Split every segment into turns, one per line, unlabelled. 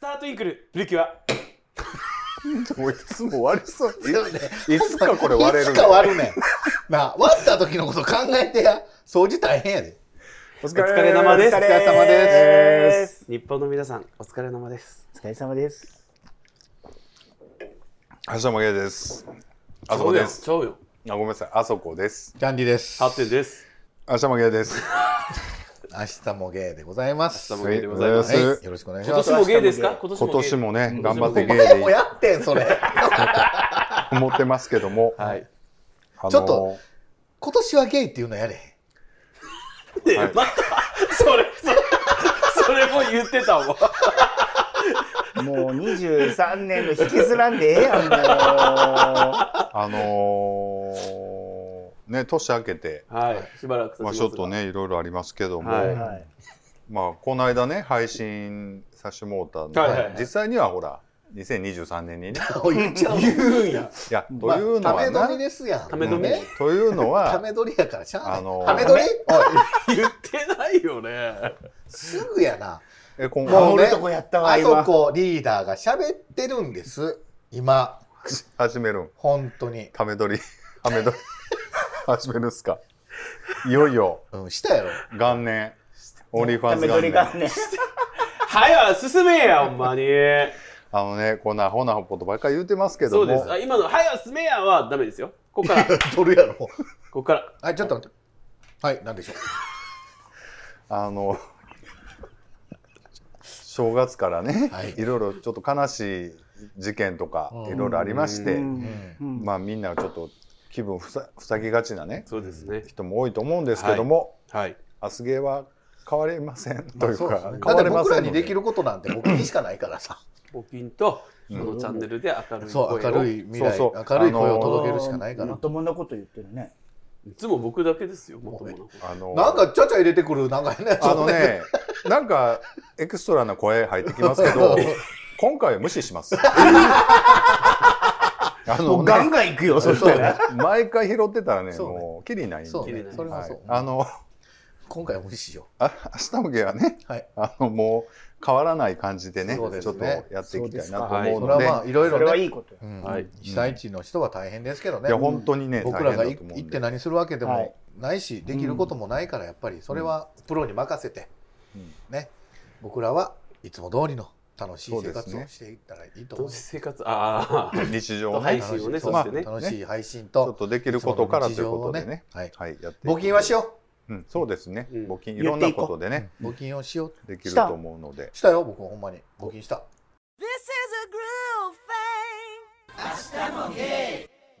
タートゥインクルブリキュア
もういつも割れそう。
いやね
いつかこれ割れる
い
の
つか割るねん。なあ、割った時のこと考えてや。掃除大変やで。
お
お疲れ様です
お疲れ
お疲れ様
で
です日本の皆さんお疲れ様です
お疲れ様です。
す。橋本芸です。あそこです。
ちゃうよ
あ、ごめんなさい。あそこです。
キャンディです。
発展です
橋本芸です。
明日もゲーでございます。
明日もゲイでございます
は
はい、よろしくお願いし
今
ま
年
す。
もゲイですか今年も
今
ゲイ
年もね、頑張っ
お
て芸
前
で
もやってん、それ。
思ってますけども、
はい
あの
ちょっと今年はゲイっていうのやれへん。
で、
はい
また それそそれも言ってたもん
もう23年の引きずらんでええやん、も
あのーね、年明けて、
はいしばらく経ち
ま
ま
あ
す
ち
が
ょっとね、いろいろありますけども、
は
う。
い
はい
まあこの間ね、配信さしてもうたんで、
はいはいはい
実際にはほら、2023年にね、
お言っちゃう言うんや。
いや、と
まあ
いうのは
ため
な、
撮りですやん。
ため撮り
ね
というの
た
は、
め撮りやからしゃあ
あの
ない。ため撮り
言ってないよね
すぐやな。
え今
も
後
うね
守るとこやったわ、
あ
今
そ。こリーダーが喋ってるんです。今、
始めるん、
本当に。
ため撮り、 ため撮り、始めるんすか。いよいよ、
うん、したやろ。
元年、オンリーファ
た
ンズ
め撮り
元
が
年。
ね。
はよ進めやほんまに
あのね、こんなアホなことばっかり言ってますけ
そ
ど
うで
も
す、あ今のはよ進めやはダメですよここから こ
撮るやろ。
こから
はい、ちょっと待って。はい、なんでしょう。
あの、正月からね、
はい
い、ろいろちょっと悲しい事件とか
うん
いろいろありまし
う
て、
んうん
まあみんなちょっと気分ふさふさぎがちなね、
そうですね
人も多いと思うんですけども、
はい
明日芸は変わりませんというか、
まあそですね
変
だ
わ
って
りま
僕
せ
ら
ん
に
の
できることなんて僕にしかないからさ。
募金とこのチャンネルで明るい声
そ
を
う、明るい未来、
そうそう
明るい声を届けるしかないか
ま
ら。
ともなこと言ってるね。
いつも僕だけですよ、もともな
あの
なんかちゃちゃ入れてくる、なんか変なやつ
あ
を
の
ね。
ね、なんかエクストラな声入ってきますけ ど、今回は無視します。あ
も
の
うガン
ね、
ガン行くよ、そしたら。
毎回拾ってたらね、
そうね
もうきりないんで。
そう
切れ
ね
な。い
それは
は
そ。
いうあの
今回は無視しよ
あ明日もげはね、
はい
あのもう変わらない感じでね
そうで
ちょ
す
っ
ね
とやっていきたいなと
う。
思
そ
の
うれは
で、
まあ、いろい
それ
ろ
は
ね。
いいことよ。
うん
はい
被災地の人は大変ですけどね
いや。本当にね、
僕らが
大変
い
だと思うん
行っ
で
て何するわけで
は
も
い
ないし、できることもないから、やっぱりそれはプロに任せて
うん、
ね、僕らはいつも通りの楽しい生
そう
活
です
を
ね
していったらいいと思
同
いま
時
す。
生活、ああ、
日常
と
を
配
ね
信をね、
そ
そうう
で
して
す
ね。
ね楽しい配信
ちょっ
と、
とできることからということで
いつもの日常をね
ね
はい
はいやっていく
募金はしよ
うんそうですね、
うん
募金いろんなことでね
う。募金をしよう。
できると思うので
したよ、僕はほんまに。募金した。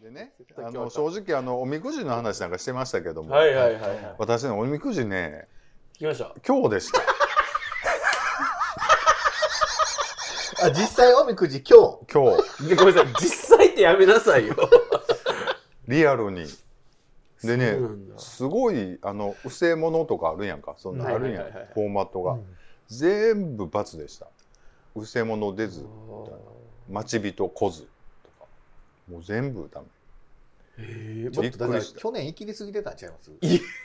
でねあの正直あのおみくじの話なんかしてましたけども、
はいはいはいはい。
私ねおみくじね
聞きました。
今日でした
あ、実際おみくじ今日。
今日
でごめんなさい、実際ってやめなさいよ。
リアルにでね
そうなんだ
すごいあの不正ものとかあるやんかそんなあるやん、
はいはいはいはい
フォーマットが、全部罰でしたうせもの出ず待ち人来ずとかもう全部ダメ
え
ちょっとだか
びっく
ら
りした
去年生きりすぎてたんちゃいます
だ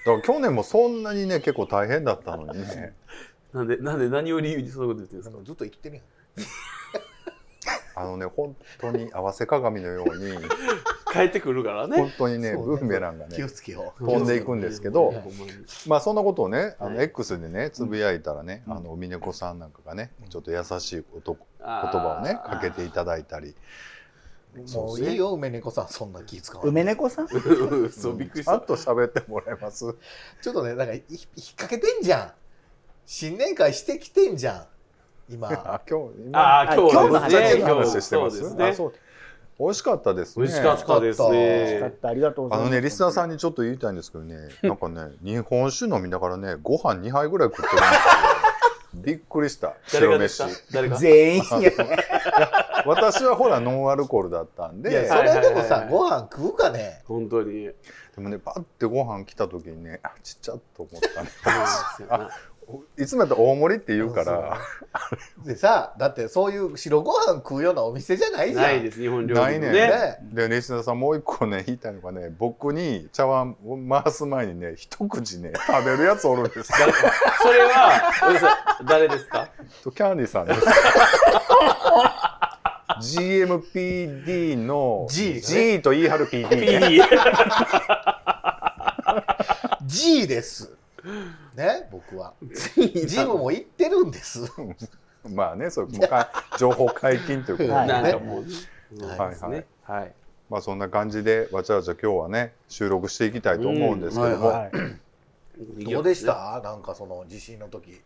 から去年もそんなにね結構大変だったの にね
なんで、なんで、何を理由にそんなこと言ってるんですか
ずっと生きてるやん。
あのね本当に合わせ鏡のよ うに
帰ってくるからね。
本当にね
そう
ブーメランが
気
ね
をつけよう。
飛んでいくんですけど
ほんまに
まあそんなことをねあの
はい
X でねつぶやいたらね、
うん
あの峰子さんなんかがねちょっと優しい男
あ
言
ー
葉をねかけていただいたり
もういいよ、梅猫さん、そんな気使わ
梅
ない。
猫さん
うんそう、びっくりし
ちゃん
た。
と喋ってもらえます
ちょっとね、なんかい引っ掛けてんじゃん。新年会してきてんじゃん。今。
あ今日
ああ、今
今日の
日
話
ですね。
今
今
話
日
してます
そうですね。
ね美味しかったですね
美味しかったです
美味しか
ね
っ。たありがとうござ
あ
います。
のねリスナーさんにちょっと言いたいんですけどねなんかね日本酒飲みながらねご飯2杯ぐらい食ってるんですよびっくりした
誰
白
がでし
飯
た誰が
全員や。
私はほらノンアルコールだったん
い
で
や、それ
は
でも
いはいはいは
さ、
い
ご飯食うかね。
本当に。
でもねパッてご飯来た時にねあちっちゃっと思ったね
あ
いつもやったら大盛りって言うから、
そうでさだってそういう白ご飯食うようなお店じゃないじゃん
ないです、日本料理の
ないねん
ね。
ね
で西田さんもう一個ね言いたいのがね僕に茶碗を回す前にね一口ね食べるやつおるんですよ
それは、おじさん誰ですか
とキャンディーさんです GMPD の
G です
G と E はる PD
?PD。
ね
G ですね僕はジムも行ってるんです
まあねそうもうか情報解禁ということで、
は
ね
い
なんかもう、
はい
ですね。はい。
まあそんな感じでわちゃわちゃ今日はね収録していきたいと思うんですけども、
うん
はい
どうでしたなんかその地震の時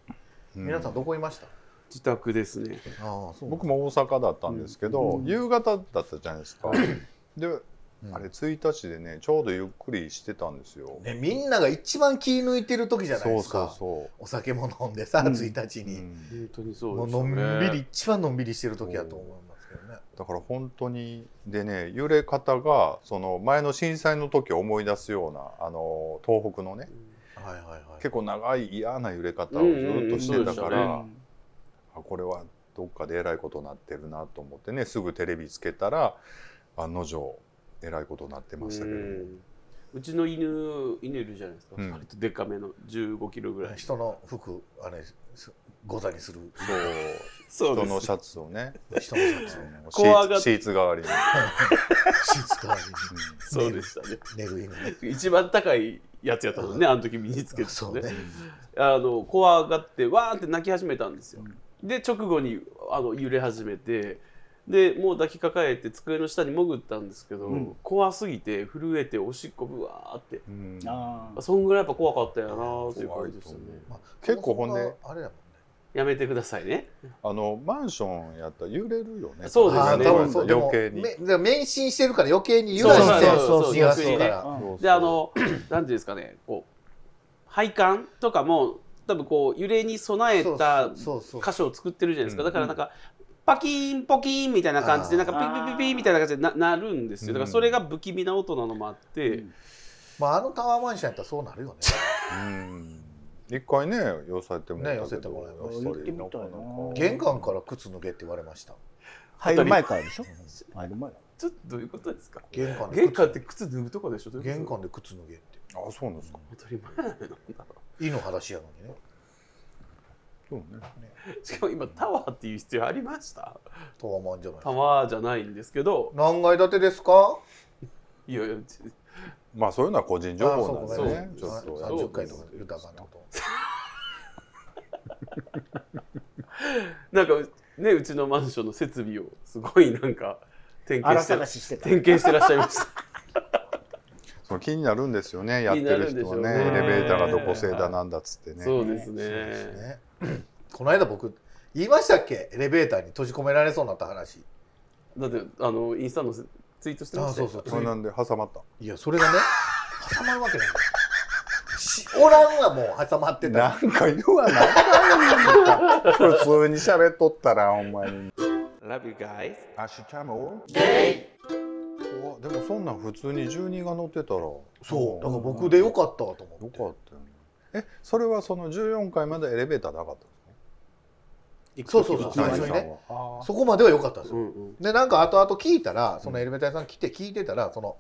うん
皆さんどこいました
自宅ですね。
ああそ
僕も大阪だったんですけど、
うん
夕方だったじゃないですか、であれ1日でねちょうどゆっくりしてたんですよ、
ね、みんなが一番気抜いてる時じゃない
そ
で
う
すか
そうそ
お酒も飲んでさ、
うん
1日
う、う
に、
ん
本当にそ
も
う
う
で
の
すね。
んびり、。一番のんびりしてる時やと思いますけどね
だから本当にでね揺れ方がその前の震災の時を思い出すようなあの東北のね
はいはいはい
結構長い嫌な揺れ方をずっとして
うんうんう
たか
んそうでしたね
ら、あこれはどっかでえらいことになってるなと思ってねすぐテレビつけたら案の定えらいことになってましたけど、
うんうちの犬、犬いるじゃないですか。
うん
割とデカめの15キロぐら い。
人の服あれすござにする
そ
そう人の
す
シャツをね
人のシャツ を
シ
怖が
ー
っ
ツシーツ代わりに、
シーツ代わり
そうでしたね。
に寝る犬ね
一番高いやつやったのね、あの時身につけてた
そ
の
うね
ね。あの怖がってわーって泣き始めたんですよ。で直後にあの揺れ始めてでもう抱きかかえて机の下に潜ったんですけど、
うん
怖すぎて震えておしっこぶわーって
うん
あー
そんぐらいやっぱ怖かったよなーっていう感じでしたね
怖いと思う
まあ
結構ほんで
そもそもあれだもんね
やめてくださいね
あのマンションやったら揺れるよね
そうですね
ああ多分そうでも
余計に
めだから免震してるから余計に揺
そう
ら
そう
して
そうそう
気がす
逆に
る
ね
から
うん
そうそう
であの なんていうんですかねこう配管とかも多分こう揺れに備えた
そうそうそう
箇所を作ってるじゃないですか、
うん
だからなんかパキーンポキーンみたいな感じで
あ
な
ー
んかピピピピみたいな感じでななるんですよだからそれが不気味な音なのもあって、
うん
まああのタワーマンションやったらそうなるよね
うん一回ね寄せてもらったけど
ね寄せてもらいま
した
やっぱりなかなか
行ってみたい
玄関から靴脱げって言われました
入る前からでしょ入る前
ちょっとどういうことですか
玄関で
玄
靴
関って靴脱ぐとこでしょどういう
玄
こと
関で靴脱げって
あそうなんですか
当たり前なの
犬の話やのにね
そうね
しかも今タワーっていう必要ありました
タワーマンじゃない
タワーじゃないんですけど
何階建てですか
いやいや
まあそういうのは個人情報なんでね
あ
ちょっと
そう
や
か
っ
ね
そう
30階とかで豊かなこと
なんかねうちのマンションの設備をすごいなんか点検
荒
して
探ししてた
点検してらっしゃいました
そう気になるんですよねやってる人は
気に
ね
なるん
エ
でしょうね
レベーターがどこ製だなんだっつってね、
そうです
そうです
ね
ね この間僕言いましたっけエレベーターに閉じ込められそうになった話
だってあのインスタのツイートしてましたよ
あそうそう
それなんで挟まった
いやそれがね 挟まるわけないしおらんはもう挟まってた
なんか言わない普通に喋っとったらお前に
Love you guys
アシュチャムおでもそんなん普通に住人が乗ってたら
そうだから僕でよかったわと思
よ
って
かったよねえそれはその14階までエレベーターなかったんですか
そうそうそう
一緒にね
最初にね
あー
そこまでは良かったんです
う
よ
んうん
でなんか後々聞いたらそのエレベーターさん来て聞いてたらその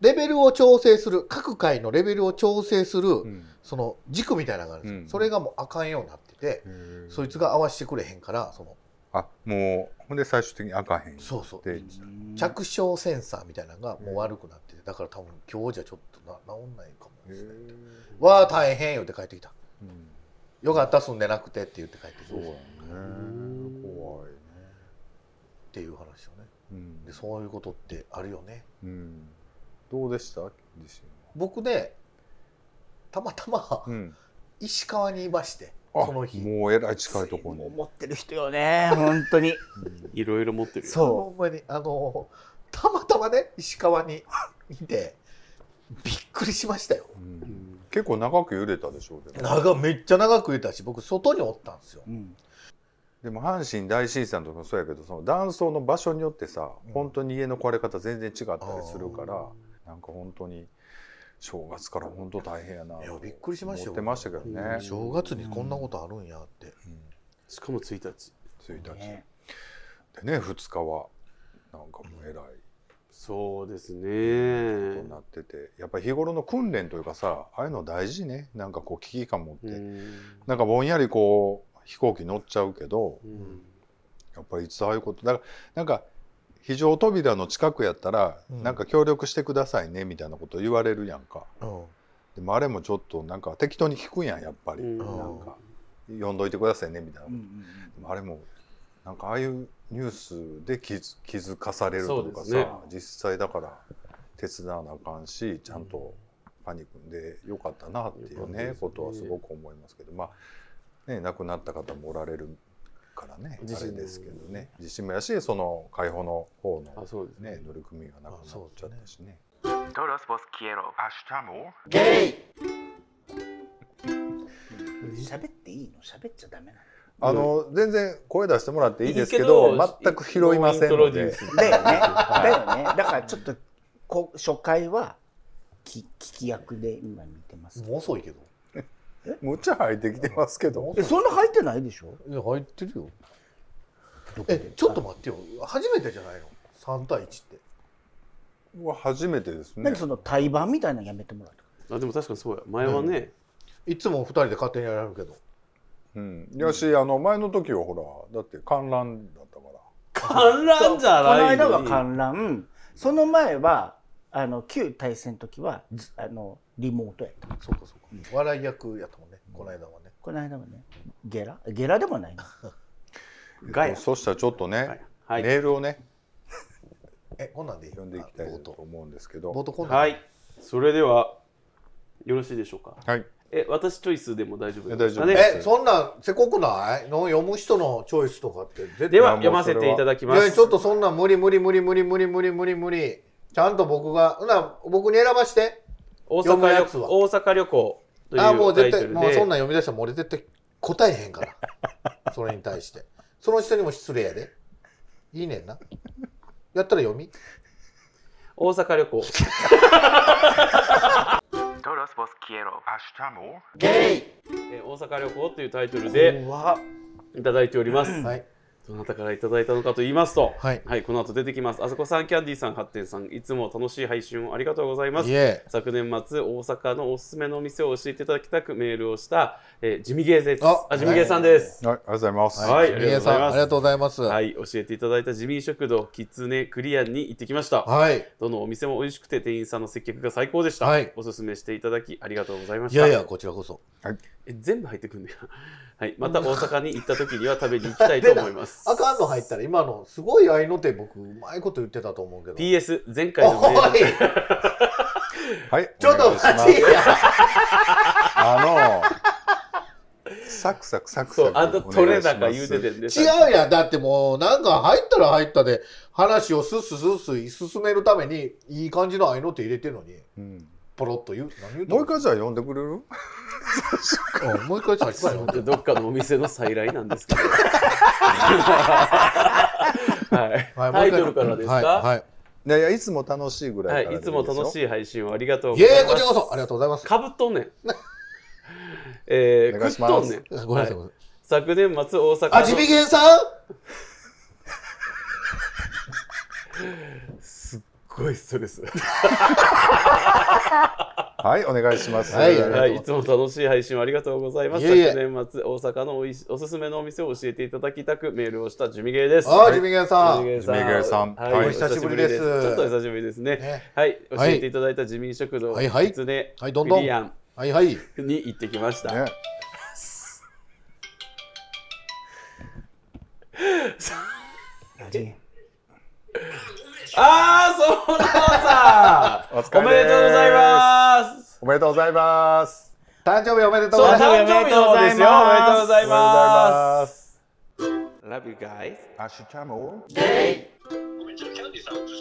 レベルを調整する各階のレベルを調整する、
うん
その軸みたいなのがあるんですよ、
うん
それがもうあかんようになってて、
へー
そいつが合わせてくれへんからその
あもうほんで最終的にあかへんっ
そうそう
て
着床センサーみたいなのがもう悪くなっててだから多分今日じゃちょっとな治んないかもですねわあ大変よって帰ってきた
うん
よかった住んでなくてって言って帰ってきた
そう
っ
やね
ん
怖いね
ていう話をね
うん
でそういうことってあるよね
うんどうでした地震
僕ねたまたま
はうん
石川にいまして
あ
その日
もうえらい近いところに
思ってる人よね本当に
うん
いろいろ持ってるよ
そ
ほんまにあのたまたまね石川にいてびっくりしましたよ
うん
うん
結構長く揺れたでしょうでも
長めっちゃ長くいたし僕外におったんですよ
う、うん
でも阪神大震災の時もそうやけどその断層の場所によってさ
うん
本当に家の壊れ方全然違ったりするからなんか本当に正月から本当大変やない
やびっくりしましたよ
思ってましたけどね、
うん
正月にこんなことあるんやって、
しかも1日
うん、1日
ね
でね2日はなんかもうえらい
そうです
こと
ね
になっててやっぱり日頃の訓練というかさああいうの大事ねなんかこう危機感持って、
うん
なんかぼんやりこう飛行機乗っちゃうけど
うん
やっぱりいつああいうことだからなんか非常扉の近くやったら、
うん
なんか協力してくださいねみたいなこと言われるやんか
うん
でもあれもちょっとなんか適当に聞くやんやっぱり、
うん
なんか呼んどいてくださいねみたいな、
うんうん
でもあれもなんかああいうニュースで気づ気づかされるというかさ、
そうですね
実際だから手伝わなあかんしちゃんとパニックでよかったなってい
よ
う
かった
ね
ですね
ことはすごく思いますけどまあね亡くなった方もおられるからね
地
あ
震
れですけどね地震もやしその解放の方の
あ、そうですね
ね、乗組員が亡くなっちゃったしね。
Todos vos quiero.
ゲイ喋っていいの喋っちゃダメな
あの全然声出してもらっていいですけど全く拾いません
ノーイ
ので。
ントロデュース
のだよね だよねだからちょっとこ初回はき聞き役で今見てます
もう遅いけど
むっちゃ入ってきてますけど
えそんな入ってないでしょ
いや入ってるよえちょっと待ってよ初めてじゃないの3対1って
は初めてですね
なんか。その対バンみたいなのやめてもらうとか
あでも確かにそうや前はね、
いつも2人で勝手にやられるけど
うん、いやし、あの前の時はほらだって観覧だったから
観覧じゃ
この
ない
間
の
は
に
観覧その前はあの旧対戦の時はずあのリモートやった
そうかそうか笑い役やったもんねこの間はね
この間はねゲラゲラでもないな
ガ
えっ
ヤ
とそしたらちょっとね、
はい
メールをね
えこんなんでいい
読んでいきた
あ
い
冒
と
頭
思うんですけど
冒頭こんなん
はいそれではよろしいでしょうか
はい
え私チョイスでも大丈夫ですか
え大丈夫
ね
です
えそんなんせこくないの読む人のチョイスとかって絶対
で
い
は
や
読
も
ま
うそれ
せ
は
ていただき
い
ます
やちょっとそんなん無理無理無理無理無理無理無理無理ちゃんと僕がほな僕に選ばして
大
読む
阪
や
旅
つは
大阪旅行とい
ああも
う
う
タ
絶
イト
対
ル
もうそん
で
なん読み出したらもう俺絶対答えへんから それに対してその人にも失礼やでいいねんなやったら読み
大阪旅行
Todos vos quiero.
え大阪旅行というタイトルで
怖
いただいております
はい
どなたからいただいたのかと言いますと
はい
この後出てきますあそこさんキャンディーさん発展さんいつも楽しい配信をありがとうございます
いえ
昨年末大阪のおすすめのお店を教えていただきたくメールをした、えー、地味芸です
あ
あ地味芸さんです、
はいありがとうございます、
はい
みえさんありがとうございます
はいい、教えていただいた地味食堂キツネクリアンに行ってきました
はい
どのお店も美味しくて店員さんの接客が最高でした、
はい
おすすめしていただきありがとうございまし
い
た
やいやこちらこそ
え全部入ってくんねや はい、また大阪に行った時には食べに行きたいと思います
あかんの入ったら今のすごい合いの手僕うまいこと言ってたと思うけど
PS 前回の
お
メール
い
はい
ちょっと
お願いします
待ちや
あのサクサクサクサ
そう
ク
あんた取れ高言うて
お願い
て
し
んでさ
違うやんだってもうなんか入ったら入ったで話をスッスッスッスッ進めるためにいい感じの合いの手入れてんのに
ます、うん、
ポロッと言う何言うと
も
ん
う一回じゃあ呼んでくれる
うんもう一回さっきから言うて
どっかのお店の再来なんです けど。はい、
は
タイ
いもう一回
トルからですか。
はい
は
はい
いやいやいつも楽しいぐ
い、
らいからで
い、つも楽し
い
い配信をありがとう
いえこ
ま
ち
す
らこそありがとうございます
かぶっとん ねん。え
お
ー、
願い
食っ
しま
と
す
んねん。
ごめんなさい
は
ごめんなさい
昨年末大阪
あ
の
ジビゲンさん
すごいストレス。
はいお願いします
はい
は
はいい、いつも楽しい配信をありがとうございます。
いえいえ
昨年末大阪のおいしおすすめのお店を教えていただきたくメールをしたジュミゲーです。
あジビゲンさ
ジ
ん
ミゲー
ね
さん
ジミゲーさん
はい
はい
お久しぶりです。
お久しぶりです
ちょっとお久しぶりですね。はい、教
はい
えていただいた自民食堂、
はいはい
キツネ
はいどんどん
クリアン
はいはい
に行ってきました。
ね
ああ、その さ
お疲
お
れ
めでとうございます。
すおめでとうございます
誕生日おめでとう
そ
ご
う、
ざいます
誕生日のですよ。おめでとうございます。
す
Love you guys。
明日も
めっちゃキャンディーさん映し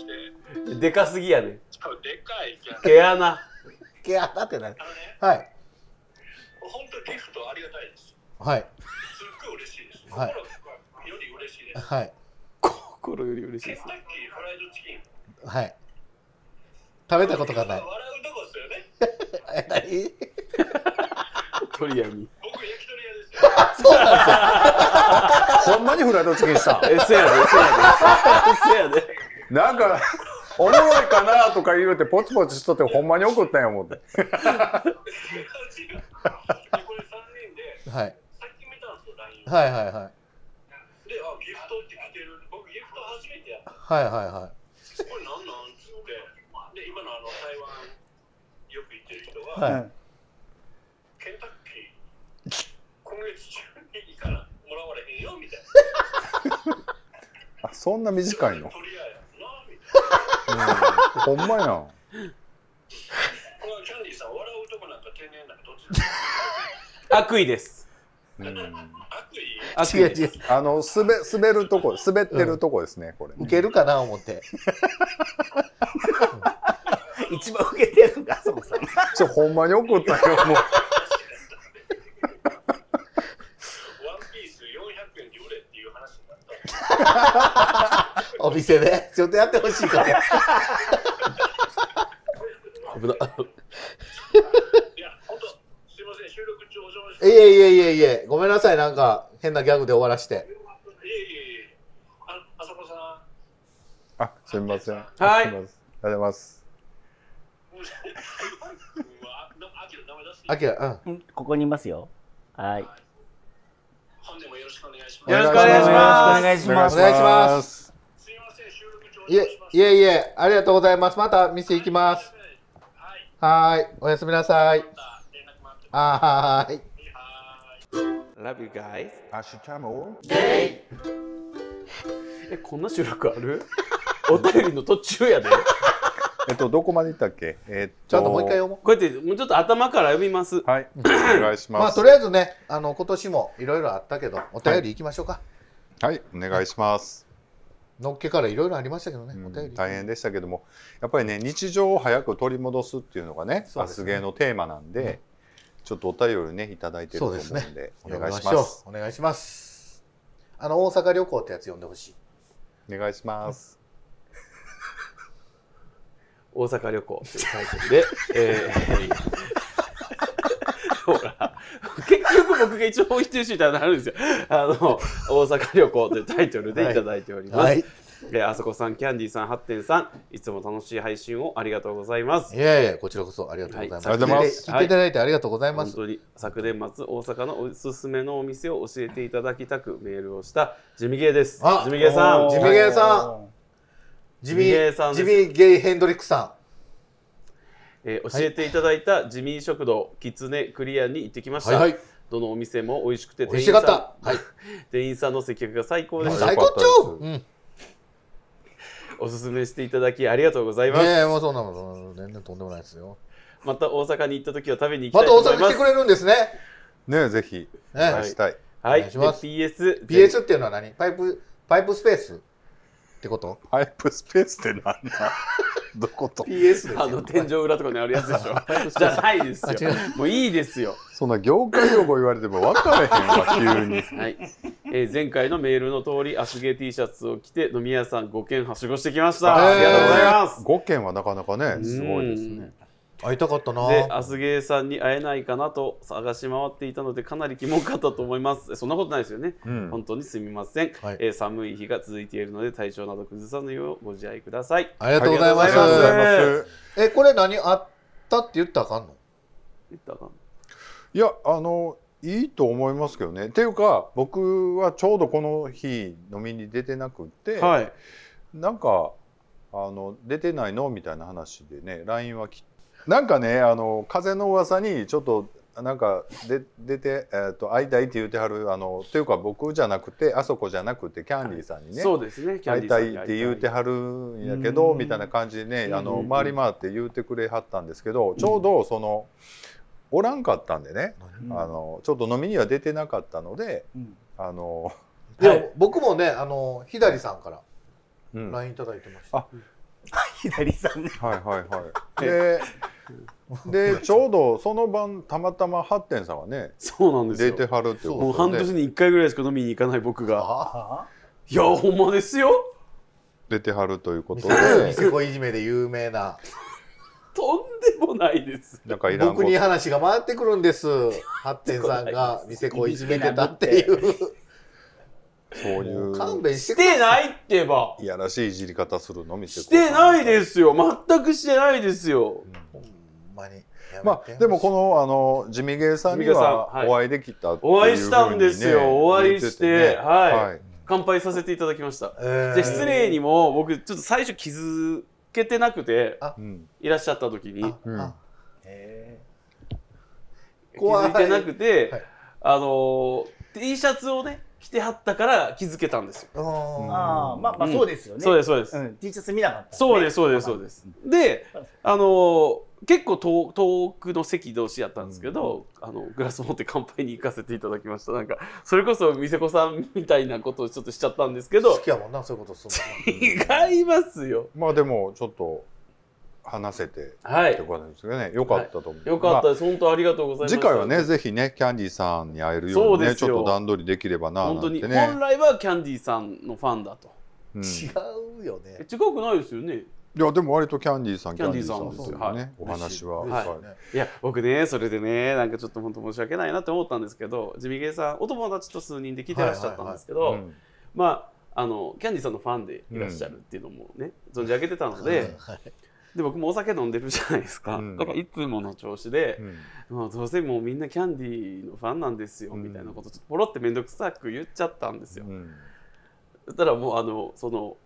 て、
でかすぎやね。
ちょっとでかいキャンディー。
毛穴。
いやだってない
あのね、
はい
本当にリフトありがたいです。
はい
すっごい嬉しいです。心
はい
より嬉しいです。
はい
心より嬉しい
ケ
で
ン
す。
タッキーフライドチキン。
はい食べたことがない
笑うとこですよね。
え何
鳥闇。
僕焼き鳥屋ですよ。
そうなんですよ
ほんまにフライドチキンしたん
え、せやで、せやで。せやで。
なんか、おもろいかなとか言うて、ポチポチしとって、ほんまに送ったんや思って。
違う違う。でこれ三人で
はい
さっき見たんですよ LINE を。
はいはいはい
であギフトって来てる。僕ギフト初めてやった。
はいはいは
これなんなんつって。で今のあの台湾よく行ってる人
い
は、
はい、
うん
ケンタッキー今月中に行かなもらわれへんよみたいな。
あ、そんな短 いの。
鳥屋やなみたいな。
ほんまやん。
これはキャンディーさん、笑うとこなんか天然なんかどっちでも
悪意です。
うん
悪意
悪意
違う
です
違う
あの、すべ、滑るとこ、滑ってるとこですね、これね。
受けるかな思って
一番受けてるんだ、あそこさん。
ちょ、ほんまに送ったんや思う。
ワンピース400円で売れっていう話になった。
お店でちょっとやってほしいから
危な。
いや、本当すいません、収録中お邪魔し
いえいえいえいえごめんなさいなんか変なギャグで終わらして
て。いえいえいえ。あ、浅子さん。
あ、すみません。
はい
すみませんありがとうございます。。
もううわなあきら名前出していい。
あきらうん
ここにいますよ。はい。よ
本年もよろしくお願いし
よ
ま
ろ
す。
しくお願いします
ろしくお願いし
お願いします
すいません、収録中お
い
邪魔
え
しました。
いえいえありがとうございますまた店行きます
はい、
はーいおやすみなさい
また連絡待って
あーはーい
て。はい。
Love you guys.
アシュチャモ
え、こんな収録あるお便りの途中やで。
えっと、どこまで行ったっけえっ
ちゃんともう一回読もう
こうやって、もうちょっと頭から読みます。
はい。お願いし
ま
ま
あ
す
と。りあえずねあの今年もいろいろあったけどお便り行きましょうか、
はい、お願いします。
のっけからいろいろありましたけどね、
うん
お便り
大変でしたけどもやっぱりね日常を早く取り戻すっていうのがね
そう
明
です
日
ね
芸のテーマなんで、ちょっとお便りねいただいてると
そう
思う
で
ん
す
で
ね
お願いし
読み
ま
し
す
ょうお願いしますあの大阪旅行ってやつ読んでほしい
お願いします
大阪旅行というタイトルで、えー、 ほら結局僕が一番お一人みたいになるんですよ。あの大阪旅行というタイトルでいただいております。
はい
え
い
ーあそこさん、キャンディーさん、ハッテンさん、いつも楽しい配信をありがとうございます。
やいやこちらこそありがとうございます、
はいあり
がとうございます
聞いていただいてありがとうございま
本
す、
当に昨年末、大阪のおすすめのお店を教えていただきたくメールをしたジミゲーです。
あ
ジミゲーさん、
ジミゲーさん
ん。
ジ
ミ
ミ
ゲーさん
ー
で
ジ
す
ミーゲイヘンドリックさ
えー教えていただいたジミー食堂、キツネクリアに行ってきまし
ん
た。
はいはい
どのお店も美味しくて
美味しかったはい
店員さんの接客が最高でした。
最高
よか
潮
っ
うんね
おすすめしていただきありがとうございます。
えもうそんなもんそんなもん全然とんでもないですよ
また大阪に行った時は食べに行き
ま
たい
た
と思
大
い
阪
ま
来
す。
てくれるんですね
ねぜひお
ね
願いしたい、
は
お
い。
願い
で
します
PS。
PS っていうのは何パイプパイプスペースってこと
ハイプスペースって何なん どこと
PS ですよ
あの天井裏とかにあるやつでし ょ。じゃないですよ。もういいですよ。
そんな業界用語言われても分からへんわ急に
はい。えー前回のメールの通り、アスゲー T シャツを着て飲み屋さん5軒はしごしてきました。
へー
ありがとうございます。
5件はなかなかねすごいですね
会いたかったな
で、アスゲーさんに会えないかなと探し回っていたので、かなり疑問かったと思います。そんなことないですよね。
うん
本当にすみません、
はい
えー寒い日が続いているので体調など崩さぬようご自愛ください
ありがとうございま
あ
す
りがとうございます
えこれ何あったって言ったらあかんの
言ったらあかん
いやあのいいと思いますけどねっていうか僕はちょうどこの日飲みに出てなくって、
はい
なんかあの出てないのみたいな話でね LINE はきなんかねあの風の噂にちょっとなんかで出て、えー、と会いたいって言ってはるあのというか僕じゃなくてあそこじゃなくてキャンディーさんにね、
そうですねキャン
会
デ
い
ィーさん
たいっ
に
て言うてはるんやけ
う
ど
ん
みたいな感じでね
うん
あ
うん
の
うん
回り回って言うてくれはったんですけどちょうどそのおらんかったんでね
うん
あのちょっと飲みには出てなかったのであの、
で
はい
も僕もねあのひだりさんから
うんはい
LINE いただいてました
あ
左さんね。
はいはいででちょうどその晩たまたまハッテンさんはね
そうなんです
出
よ
てはるって
もう
こ
半
と
年
で
に1回ぐらいしか飲みに行かない僕が
あ
いやほんまですよ
出てはるということで
店子いじめで有名な
とんでもないです。
なんかいらんこ
僕に
と
話が回ってくるんです。ハッテンさんが店子いじめてたっていう。
そうい
もう
う
勘弁して
し
くれ
てないってば。
いやらしいいじり方するの見せ、
してないですすよ。全くしてないですよ。
ほんまに。
まあ、でもこのあの地味芸さんに
地味芸
は
さんはい
お会いできたっていう
お会いしたんですよ
ふうにね
お会いして
言ってて
はい乾杯させていただきました。
えー
で失礼にも僕ちょっと最初気づけてなくて
うん
いらっしゃった時に
あ
うん
あ
気づいてなくて、
怖いはい
あの T シャツをね着てはったから気づけたんですよ。
うーん
ああ、まあまあ
うん
そうですよね。
そうですそうです。
うん、T シャツ見なかった、
そうです、そうです、そうです。で、あの結構遠遠くの席同士やったんですけど、あのグラス持って乾杯に行かせていただきました。なんかそれこそ店子さんみたいなことをちょっとしちゃったんですけ
好
ど、
きやもんな、そういうことする
違いますよ。
まあでもちょっと話せて
は
って
い、
ことですよねよかったと思う、
よかった
ま
です。本当ありがとうござい
あ
ます。
次回はね、ぜひねキャンディーさんに会えるよう
そう
にね
です
ち
よ
ょっと段取りできればななん
本当
て
に、本
ね、
来はキャンディーさんのファンだと。
うん、い
もん。違うよ
え
ね。
違くないですよね。
やでも割とキャンディーさん
キャンディーさん
キャンディ
ですよ
ね、
はい
お話は、
嬉しい
は
はいいいや僕ねそれでねなんかちょっと本当申し訳ないなって思ったんですけど地味芸さんお友達と数人で来てらっしゃったんですけど、
うん
まあ、あのキャンディーさんのファンでいらっしゃるっていうのもね、存じ上げてたので,、で僕もお酒飲んでるじゃないですか、
うん
だからいつもの調子で
う、ん
もうどうせもうみんなキャンディーのファンなんですよ、
うん
みたいなことちょっとポロって面倒くさく言っちゃったんですよ、
うん
そしたらもうあのその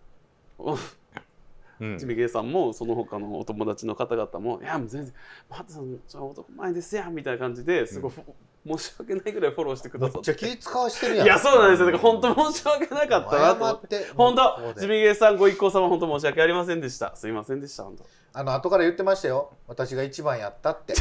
うん
ちびけいさんもその他のお友達の方々も「いやもう全然マタさんそれ男前ですやん」みたいな感じですごい、申し訳ないぐらいフォローしてく
め
だ
っ
さっ
ちゃ
て
気使わしてるや
い
ん。
やそうなんですよだから本当申し訳なかったなと思
謝
っ
ってて。
本
もう
当
ここ
ジ
で
ミゲーさんご一行様本当申し訳ありませんでしたすいませんでした本当
あの後から言ってましたよ。私が一番やったって。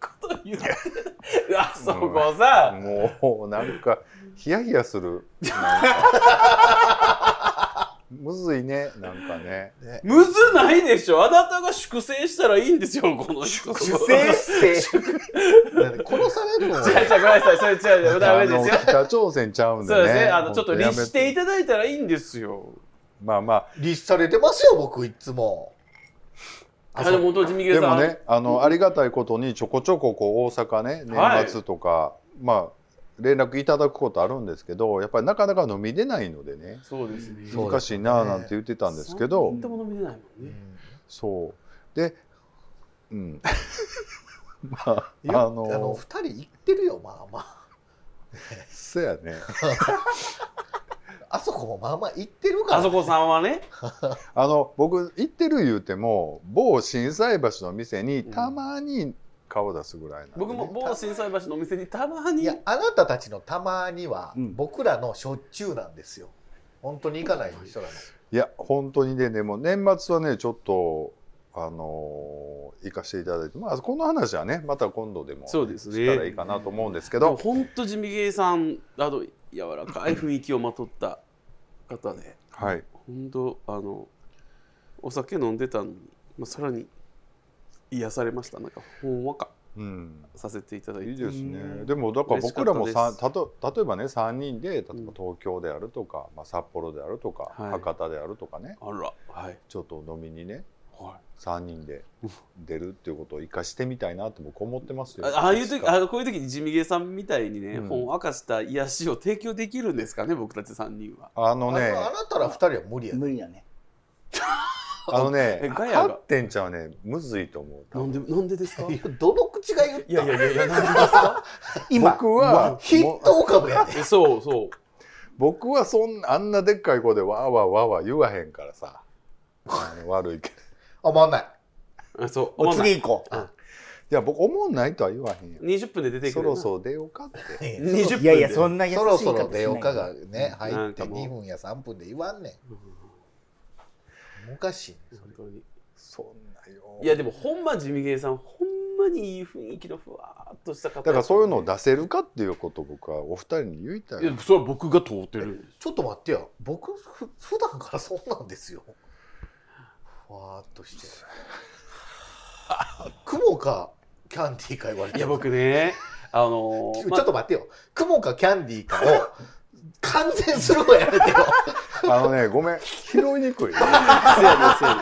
こと言って あそこさ
もうなんかヒヤヒヤする。なんか むずいね、なんかね。
ね
むずないでしょあなたが粛清したらいいんですよこの粛清
なんで殺されるの
違う違うごめんなさいそれ違う違うダメですよ
あの北朝鮮ちゃうんで
そう
ね。
ですねあのちょっと
本当や
律
め
していただいたらいいんですよ
まあまあ、
律されてま すよ、僕いつも。
あでも本当ジミゲー
で
さ
も
ん
ね、あのありがたいことにちょこちょここう大阪ね、
はい
年末とか、まあ。連絡いただくことあるんですけど、やっぱりなかなか飲み出ないのでね、
そうですね
そう
難しいなあなんて言ってたんですけど、
とも飲みれないもんね
そう。で、うん。 まあ、
いやあの二人行ってるよ、まあま
そうやね。
あ。あそこもまあまあ行ってるから。
あそこさんはね
あの僕行ってる言うても某心斎橋の店にたまに顔出すぐらいなんで、
僕も某心斎橋のお店にたま
い
に
や、あなたたちのたまには、
うん
僕らのしょっちゅうなんですよ。本当に行かない人なの。
いや本当にねでも年末はねちょっとあのー行かせていただいてまあこの話はねまた今度でも
そうですね
したらいいかなと思うんですけ
でも
ど、
本当地味芸さんあの柔らかい雰囲気をまとった方で
はい
本当あのお酒飲んでたのに、まあ、さらに癒されましたなんかほんわか
うん、
させていただいて
いいですね、
うん
でもだから僕らも
嬉しか
さ
った
たと例えばね3人で例えば
うん
東京であるとか、まあ、札幌であるとか、
はい
博多であるとかね
あらはい
ちょっと飲みにね
は
3人で出るっていうことを生かしてみたいなと僕思ってます
い
よ。
あああいう時
あ
あのこういう時に地味芸さんみたいにね、
うん
ほんわかした癒しを提供できるんですかね僕たち3人は
の
あ
ね
のあなたら二人は無理やね
無理だね。
あのね
えガヤが
ハッテンちゃんはねむずいと思う多
なん
分。
でなんでですか
いやどの口が言った
いやいやいやいやなんでですか
今、
僕はも
筆頭株やね
え そうそう
僕はそんあんなでっかい声でわーわーわーわー言わへんからさあの悪いけどい
思わない
あそう
お
思わない
次行こう。
や僕思んないとは言わへんよ
20分で出てく
そ
るな
ろそろ出ようかって
20分で
いやいや、そんな優しい
そろそろ出ようか
が。
がね
うん
入っ
な
て
んかもう
2分や3分で言わんねんおかしい
本当に
そんなよ
いやでもほんま地味芸さんほんまにいい雰囲気のふわーっとした方
だからそういうのを出せるかっていうことを僕はお二人に言いたい
いやそれは僕が通ってるんです
ちょっと待ってよ僕ふ普段からそうなんですよふわーっとして雲かキャンディーか言われて
い
る
や僕ねあの
ち
ー
ょ
ま
っと待ってよ雲かキャンディーかを完全するのやめてよ
あのねごめん拾いにくい
あ、そうやね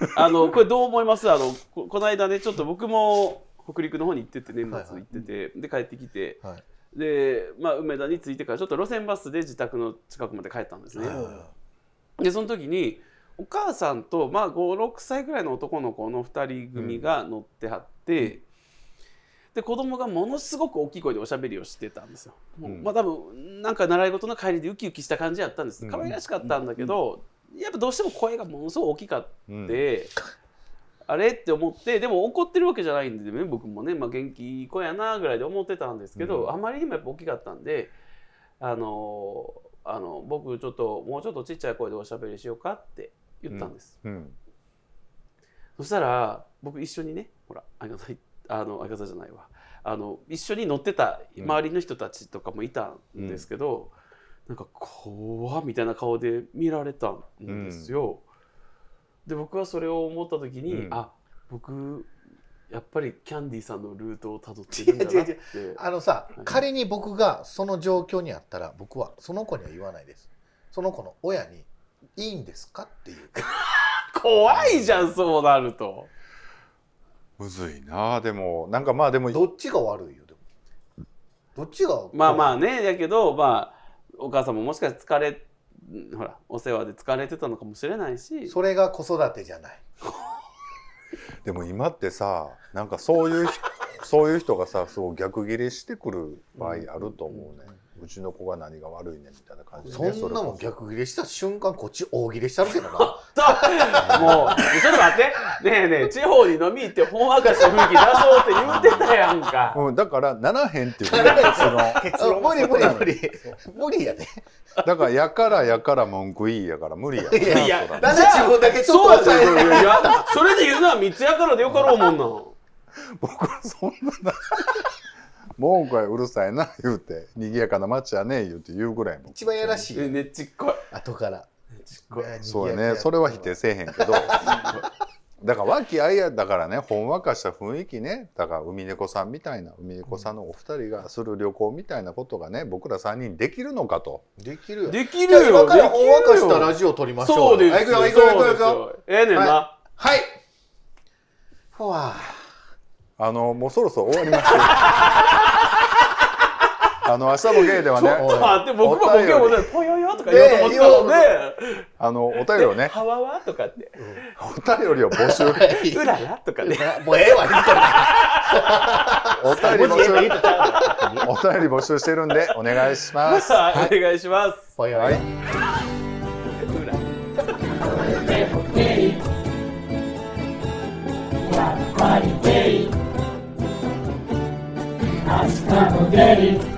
そうやねあのこれどう思いますあのここの間ねちょっと僕も北陸の方に行ってて年末行ってて、で帰ってきて、
はい
で、まあ、梅田に着いてからちょっと路線バスで自宅の近くまで帰ったんですね、
は
でその時にお母さんと、まあ、56歳ぐらいの男の子の2人組が乗ってはって、で子供がものすごく大きい声でおしゃべりをしてたんですよ。もう
うん
まあ多分なんか習い事の帰りでウキウキした感じやったんです
うん
可愛らしかったんだけど、やっぱどうしても声がものすごく大きかった。
うん
で、あれって思ってでも怒ってるわけじゃないんでね僕もね、まあ、元気いい子やなぐらいで思ってたんですけど、
うん
あまりにもやっぱ大きかったんであのあの僕ちょっともうちょっとちっちゃい声でおしゃべりしようかって言ったんです、
うん
そしたら僕一緒にねほら相方いあの相方じゃないわあの一緒に乗ってた周りの人たちとかもいたんですけど、なんか怖っみたいな顔で見られたんですよ。で僕はそれを思った時に、
うん
あ僕やっぱりキャンディーさんのルートをたどってるんだなって。
あのさ
はい
仮に僕がその状況にあったら僕はその子には言わないですその子の親に「いいんですか?」っていう
怖いじゃんそうなると。
むずいなでもなんかまあでも
どっちが悪いよでもどっちが
まあま
あ
あねだけどまあお母さんももしかして疲れほらお世話で疲れてたのかもしれないし。
それが子育てじゃない
でも今ってさなんかそういう人 そういう人がさすごい逆ギレしてくる場合あると思うね、うちの子が何が悪いねんみたいな感じで、
そ
ね、
んなも
れ
ん
こ
逆ギレした瞬間こっち大ギレしたるけどな
ともう、ちょっと待って。ねえねえ、地方に飲み行って、ほんわかした雰囲気出そうって言うてたやんか。
そうん、だからならへんっていうこと
ならへん
その
結
あ
論
無理無理 無
理。
理無理やで
だからやからやから文句いいやから無理や
いや
いや
そら
なんで自分だけちょ
そうや
っと
で、
抑え
いやいや、それで言うのは三つやからでよかろうもんな。
僕はそんなな文句はうるさいな言うて賑やかな街やね言うて言うぐらいもん
一番やらし
え
い
ねっちっこい。
後から
そうやねそれは否定せえへんけどだから和気あいあいだからねほんわかした雰囲気ねだから海猫さんみたいな海猫さんのお二人がする旅行みたいなことがね僕ら三人できるのかと
できるよ
できるよ。できる
今から
よ
ほんわかしたラジオ撮りましょう
そうですよ。
はい行くよ行くよ行
そうで
くよ行く
す
よ
よええねんな。
はいほわ
あのもうそろそろ終わりま すよあの明日もゲイではね
ちょっと
待って、僕もボケもね、ぽよよとか言おうと思って
あのお便り
た
を
ので、
ね
はわわとかって、
お便り を募集
うららとかね。
もうええわ言う たら
お便り募集
言うたら
お便り募集してるんでお願いします
はいお願いします。
ぽよよ
うらら
明日もゲイ